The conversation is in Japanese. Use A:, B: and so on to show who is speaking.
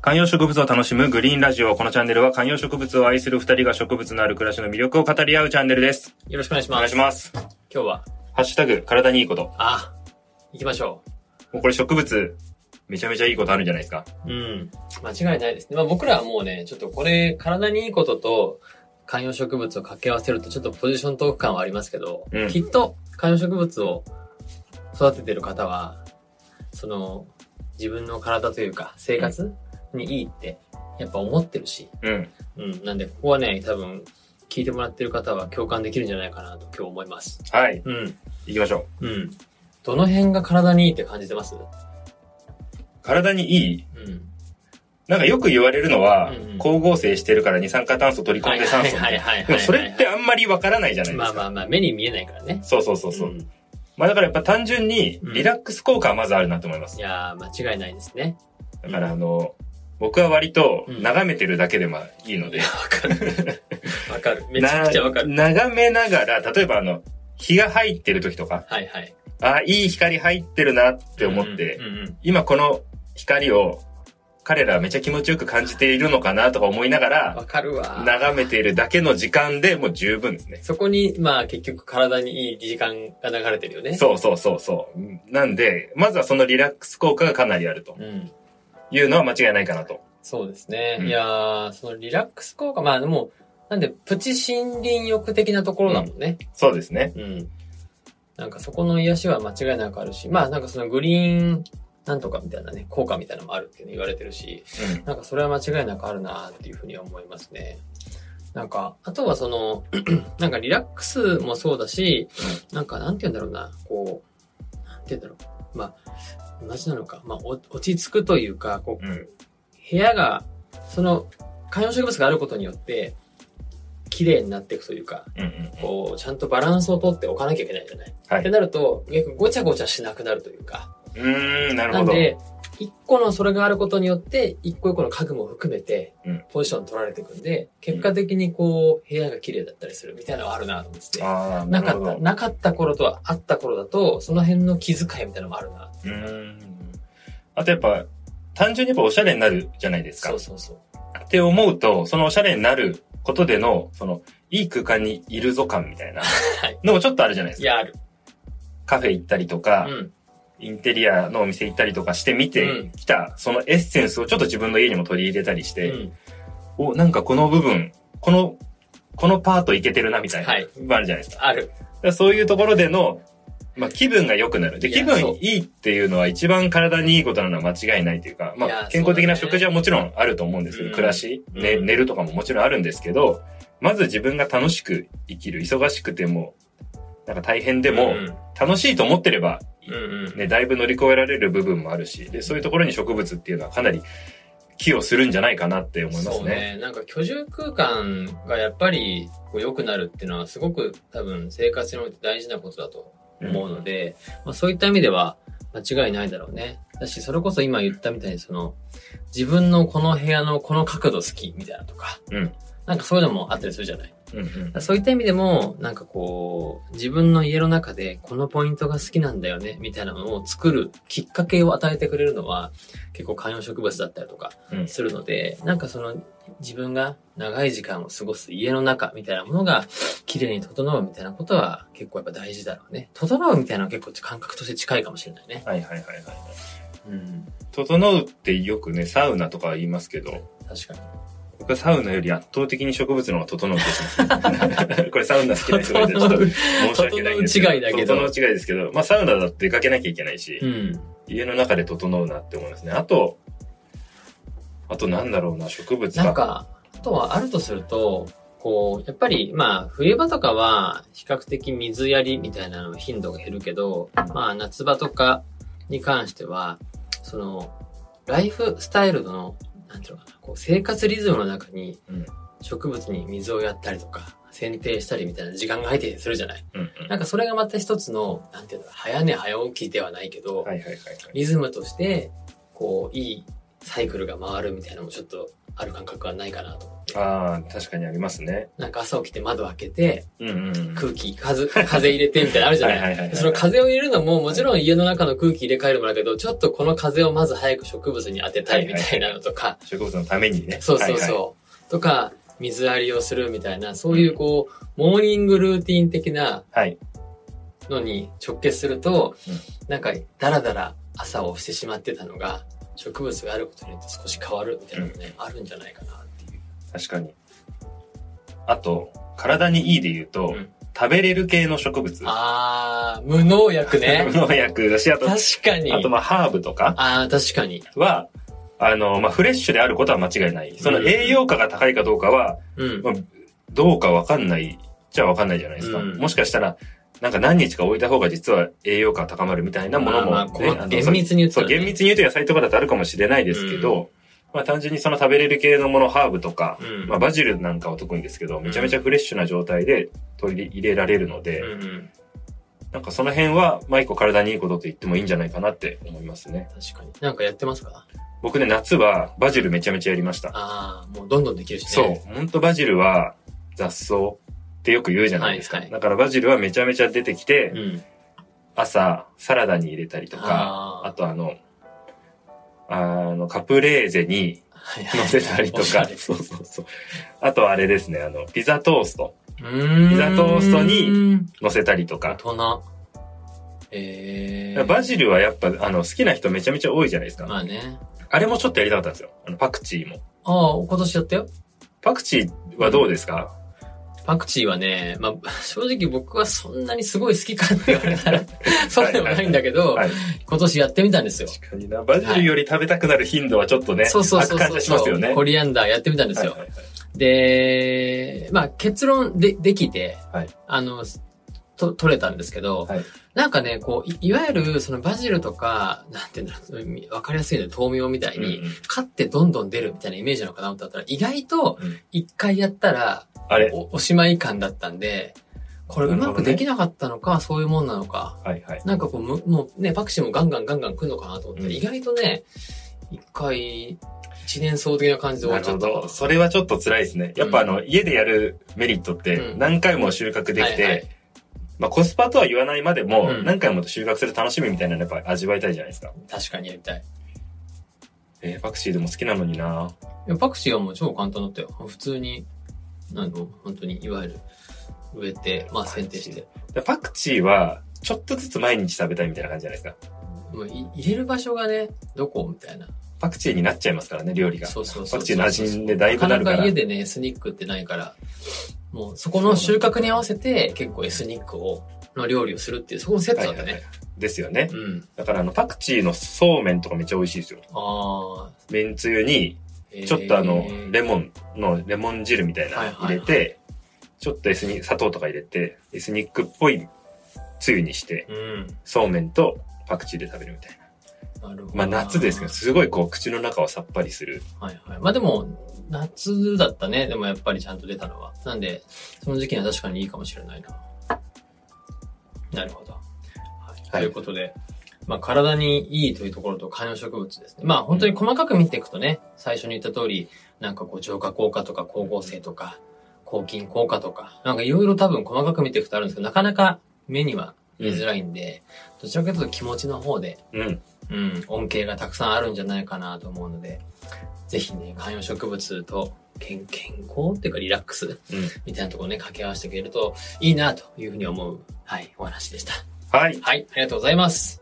A: 観葉植物を楽しむグリーンラジオ。このチャンネルは観葉植物を愛する二人が植物のある暮らしの魅力を語り合うチャンネルです。
B: よろしくお願いし
A: お
B: ます。
A: 願いします。
B: 今日は、
A: ハッシュタグ、体にいいこと。
B: あ、行きましょ
A: もうこれ植物、めちゃめちゃいいことあるんじゃないですか。
B: う。うん。間違いないですね。まあ僕らはもうね、ちょっとこれ、体にいいことと、観葉植物を掛け合わせるとちょっとポジショントーク感はありますけど、
A: うん
B: きっと観葉植物を育ててる方は、その、自分の体というか、生活にいいって、やっぱ思ってるし、
A: うん。
B: うん。なんで、ここはね、多分、聞いてもらってる方は共感できるんじゃないかなと今日思います。
A: はい。
B: うん。
A: 行きましょ
B: うん。どの辺が体にいいって感じてます
A: う。体にいい
B: うん。
A: なんかよく言われるのは、
B: うんうん
A: 光合成してるから二酸化炭素取り込んで酸素みたいな。
B: はいはいはいはいはい
A: でもそれってあんまりわからないじゃないで
B: まあ
A: すか。
B: まあまあ、目に見えないからね。
A: そうそうそうそう。
B: んい
A: まあだからやっぱ単純にリラックス効果はまずあるなと思います。
B: やー、間違いないです ね。
A: だからあの、僕は割と
B: うん
A: 眺めてるだけでもいいので
B: いや、、わかる。わかる。めちゃくちゃわかる。
A: な眺めながら、例えばあの、日が入ってる時とか、
B: はいはい。っ
A: あ、いい光入ってるなって思って、
B: うんうんうん。
A: 今この光を彼らはめちゃ気持ちよく感じているのかなとか思いながら、
B: わかるわ。
A: 眺めているだけの時間でもう十分ですね。
B: そこに、まあ結局体にいい時間が流れてるよね。
A: そうそうそうそう。なんで、まずはそのリラックス効果がかなりあると
B: うん。
A: いうのは間違いないかなと。
B: そうですね。
A: うん
B: いやー、そのリラックス効果、まあでも、なんで、プチ森林浴的なところだもんね。
A: そうですね。
B: うん。なんかそこの癒しは間違いなくあるし、まあなんかそのグリーンなんとかみたいなね、効果みたいなのもあるっていうの言われてるし、
A: うん。
B: なんかそれは間違いなくあるなっていうふうには思いますね。なんか、あとはその、 なんかリラックスもそうだし、なんかなんて言うんだろうな、こう、なんて言うんだろう。まあ、同じなのか。まあ、お落ち着くというか、こう、
A: うん。
B: 部屋が、その、観葉植物があることによって、綺麗になっていくというか、
A: うんうん。
B: こう、ちゃんとバランスをとっておかなきゃいけないじゃない。
A: はい
B: ってなると、逆にごちゃごちゃしなくなるというか。
A: うーん、なる
B: な
A: ほ
B: ん
A: ど。
B: で、一個のそれがあることによって、一個一個の家具も含めて
A: うん、
B: ポジション取られていくんで、結果的にこう、部屋が綺麗だったりするみたいなのはあるなと思ってて。
A: ああ、な
B: な
A: る
B: か
A: ほ
B: った、
A: ど。
B: なかった頃とはあった頃だと、その辺の気遣いみたいなのもあるな。
A: うーん。あとやっぱ、単純にやっぱおしゃれになるじゃないですか。
B: そうそうそう。
A: って思うと、そのおしゃれになることでの、その、いい空間にいるぞ感みたいな
B: い
A: のもちょっとあるじゃないで
B: い
A: すか。
B: や、ある。
A: カフェ行ったりとか
B: う、ん。
A: インテリアのお店行ったりとかして見てきた、そのエッセンスをちょっと自分の家にも取り入れたりし
B: う
A: て、
B: ん。
A: お、なんかこの部分、この、このパートいけてるなみたいな、
B: はい
A: あるじゃないですか。
B: ある。
A: だからそういうところでの、まあ、気分が良くなる。で、
B: い
A: 気
B: や
A: 分
B: そう
A: いいっていうのは一番体にいいことなのは間違いないというか、ま
B: いや
A: あ、健康的な
B: そうだ
A: 食
B: ね
A: 事はもちろんあると思うんですけど、
B: うん
A: 暮らし、ね、
B: うん
A: 寝るとかももちろんあるんですけど、まず自分が楽しく生きる、忙しくても、なんか大変でも
B: う、ん
A: 楽しいと思ってれば、
B: うんうん。
A: ね、だいぶ乗り越えられる部分もあるし、で、そういうところに植物っていうのはかなり寄与するんじゃないかなって思います
B: そう
A: ね。
B: ね。なんか居住空間がやっぱりこう良くなるっていうのはすごく多分生活において大事なことだと思うので、まあ、そういった意味では間違いないだろうね。だし、それこそ今言ったみたいにその自分のこの部屋のこの角度好きみたいなとか、
A: うん
B: なんかそういうのもあったりするじゃない。
A: うんうん
B: そういった意味でも、なんかこう、自分の家の中でこのポイントが好きなんだよね、みたいなのを作るきっかけを与えてくれるのは、結構観葉植物だったりとか
A: うん
B: するので、なんかその、自分が長い時間を過ごす家の中みたいなものが、綺麗に整うみたいなことは結構やっぱ大事だろうね。整うみたいなのは結構感覚として近いかもしれないね。
A: はいはいはいはいはい。
B: うん。
A: 整うってよくね、サウナとか言いますけど、
B: 確かに。
A: 僕はサウナより圧倒的に植物の方が整う気がします。 これサウナ好きな人がいたらちょっと
B: 整う。
A: 申し訳ないんです
B: 整う違いだけど
A: 整う違いですけど、まあサウナだって出かけなきゃいけないし、
B: うん。
A: 家の中で整うなって思いますね。あと、あとなんだろうな、植物
B: なん
A: か。
B: か、あとはあるとすると、こう、やっぱり、まあ、冬場とかは、比較的水やりみたいなのの頻度が減るけど、まあ、夏場とかに関しては、その、ライフスタイルの、なんていうのかな、こう、生活リズムの中に
A: うん、
B: 植物に水をやったりとか、剪定したりみたいな時間が入ってたりするじゃない。
A: うんうん
B: なんかそれがまた一つの、なんていうの、早寝早起きではないけど、
A: はいはいはいはい。
B: リズムとして、こう、いいサイクルが回るみたいなのもちょっとある感覚はないかなと。
A: ああ、確かにありますね。
B: なんか朝起きて窓開けて、
A: うんうんうん。
B: 空気、風、 風入れてみたいなのあるじゃない
A: はいはいはいはい
B: その風を入れるのも、もちろん家の中の空気入れ替えるもだけど、ちょっとこの風をまず早く植物に当てたいみたいなのとか、
A: 植物のためにね。
B: そうそう
A: はいはい
B: そう。とか、水ありをするみたいな、そういうこう、モーニングルーティン的な
A: はい。
B: のに直結すると
A: う、
B: なんか、だらだら朝をしてしまってたのが、植物があることによって少し変わるみたいなのね、あるんじゃないかなっていう。
A: 確かに。あと、体にいいで言うと、
B: うん
A: 食べれる系の植物。
B: あー、無農薬ね
A: 無。 農薬だし、あと、
B: 確かに。
A: あとまあハーブとか
B: あー、確かに。
A: は、あの、まあフレッシュであることは間違いない。その
B: うん
A: 栄養価が高いかどうかは、
B: うん。
A: まあ、どうかわかんないじゃわかんないじゃないですか。
B: うん
A: もしかしたら、なんか何日か置いた方が実は栄養価高まるみたいなものも、ね
B: まあまあこう
A: の
B: 厳密に言った
A: そう、
B: らね
A: 厳密に言うと野菜とかだとあるかもしれないですけど、まあ単純にその食べれる系のもの、ハーブとか、
B: うん
A: まあバジルなんかは特にですけど、めちゃめちゃフレッシュな状態で取り入れられるので、
B: うんうん、
A: なんかその辺は、まあ一個体にいいことと言ってもいいんじゃないかなって思いますね。
B: 確かに。なんかやってますか
A: 僕ね、夏はバジルめちゃめちゃやりました。
B: ああ、もうどんどんできるしね。
A: そう、ほんとバジルは雑草ってよく言うじゃないですか。
B: はいはい
A: だからバジルはめちゃめちゃ出てきて、
B: うん。
A: 朝、サラダに入れたりとか、
B: あ
A: あ
B: ー
A: とあの、あの、カプレーゼに
B: はい
A: 乗
B: はい
A: せたりと
B: おしゃ
A: か
B: れ、
A: そうそうそう。あとあれですね、あの、ピザトースト
B: うーん。
A: ピザトーストに。乗せたりとか。
B: 大人。えー。
A: バジルはやっぱ、あの、好きな人めちゃめちゃ多いじゃないですか。
B: まあね。
A: あれもちょっとやりたかったんですよ。あの、パクチーも。
B: ああ、今年やったよ。
A: パクチーはどうですか
B: パクチーはね、まあ、 正直僕はそんなにすごい好きかって言われ たら、そうでもないんだけど、
A: はい。
B: 今年やってみたんですよ。
A: 確かにな。バジルより食べたくなる頻度はちょっとね、
B: そうそうそ
A: 悪
B: う
A: 感
B: そ
A: じ
B: う
A: しますよね。
B: コリアンダーやってみたんですよ。
A: はいはいはい
B: で、まあ結論で、できて、
A: はい
B: あの、と、取れたんですけど、
A: はい
B: なんかね、こう、いいわゆる、そのバジルとか、なんていうんだろう、わかりやすいね、豆苗みたいに、
A: うんうん
B: 買ってどんどん出るみたいなイメージなのかなと思ったら、意外と
A: うん、
B: 一回やったら
A: あれ
B: お、おしまい感だったんで、これうまくできなかったのか、そういうもんなのか、
A: はいはい。
B: なんかこう、むもうね、パクチーもガンガンガンガン来るのかなと思ったら、
A: うん
B: 意外とね、一回、一年草的な感じで終
A: な
B: わっ
A: る
B: ちゃ
A: ほ
B: ったかな
A: ど。それはちょっと辛いですね。やっぱあの、家でやるメリットって
B: うん
A: 何回も収穫できて、
B: はいはい
A: まあコスパとは言わないまでも、
B: うん
A: 何回も収穫する楽しみみたいなのやっぱ味わいたいじゃないですか。
B: 確かにやりたい。
A: えー、パクチーでも好きなのにない
B: やパクチーはもう超簡単だったよ。普通に、あの、本当に、いわゆる、植えて、まあ剪定して。
A: でパクチーは、ちょっとずつ毎日食べたいみたいな感じじゃないですか。
B: もうい入れる場所がね、どこみたいな。
A: パクチーになっちゃいますからね、料理が。
B: そうそうそうそ
A: パ
B: う。
A: クチーの味でだい
B: な
A: ぶ
B: か
A: な
B: な
A: るか。
B: から家でね、エスニックってないから、もうそこの収穫に合わせて、結構エスニックを、の料理をするっていう、そこのセットだったね。
A: はいはいはいですよね。
B: うん。
A: だからあの、パクチーのそうめんとかめっちゃ美味しいですよ。
B: あ
A: めんつゆに、
B: あ。
A: ちょっとあの
B: えー、
A: レモンのレモン汁みたいな
B: はい
A: の
B: はいは
A: 入
B: い
A: れて、ちょっとエスニ、砂糖とか入れて、エスニックっぽいつゆにして、
B: うん。
A: そうめんとパクチーで食べるみたいな。
B: なるほど。
A: まあ夏ですけど、すごいこう口の中をさっぱりする。
B: はいはい。まあでも、夏だったね。でもやっぱりちゃんと出たのは。なんで、その時期には確かにいいかもしれないな。なるほど。はい。
A: はい
B: ということで、まあ体にいいというところと観葉植物ですね。まあ本当に細かく見ていくとね、最初に言った通り、なんかこう浄化効果とか光合成とか、抗菌効果とか、なんかいろいろ多分細かく見ていくとあるんですけど、なかなか目には見づらいんで、どちらかというと気持ちの方で
A: うん。
B: うん、恩恵がたくさんあるんじゃないかなと思うので、ぜひね、観葉植物と健健康っていうかリラックス
A: うん。
B: みたいなところをね、掛け合わせてくれるといいなというふうに思う、はい、お話でした。
A: はい。
B: はい、ありがとうございます。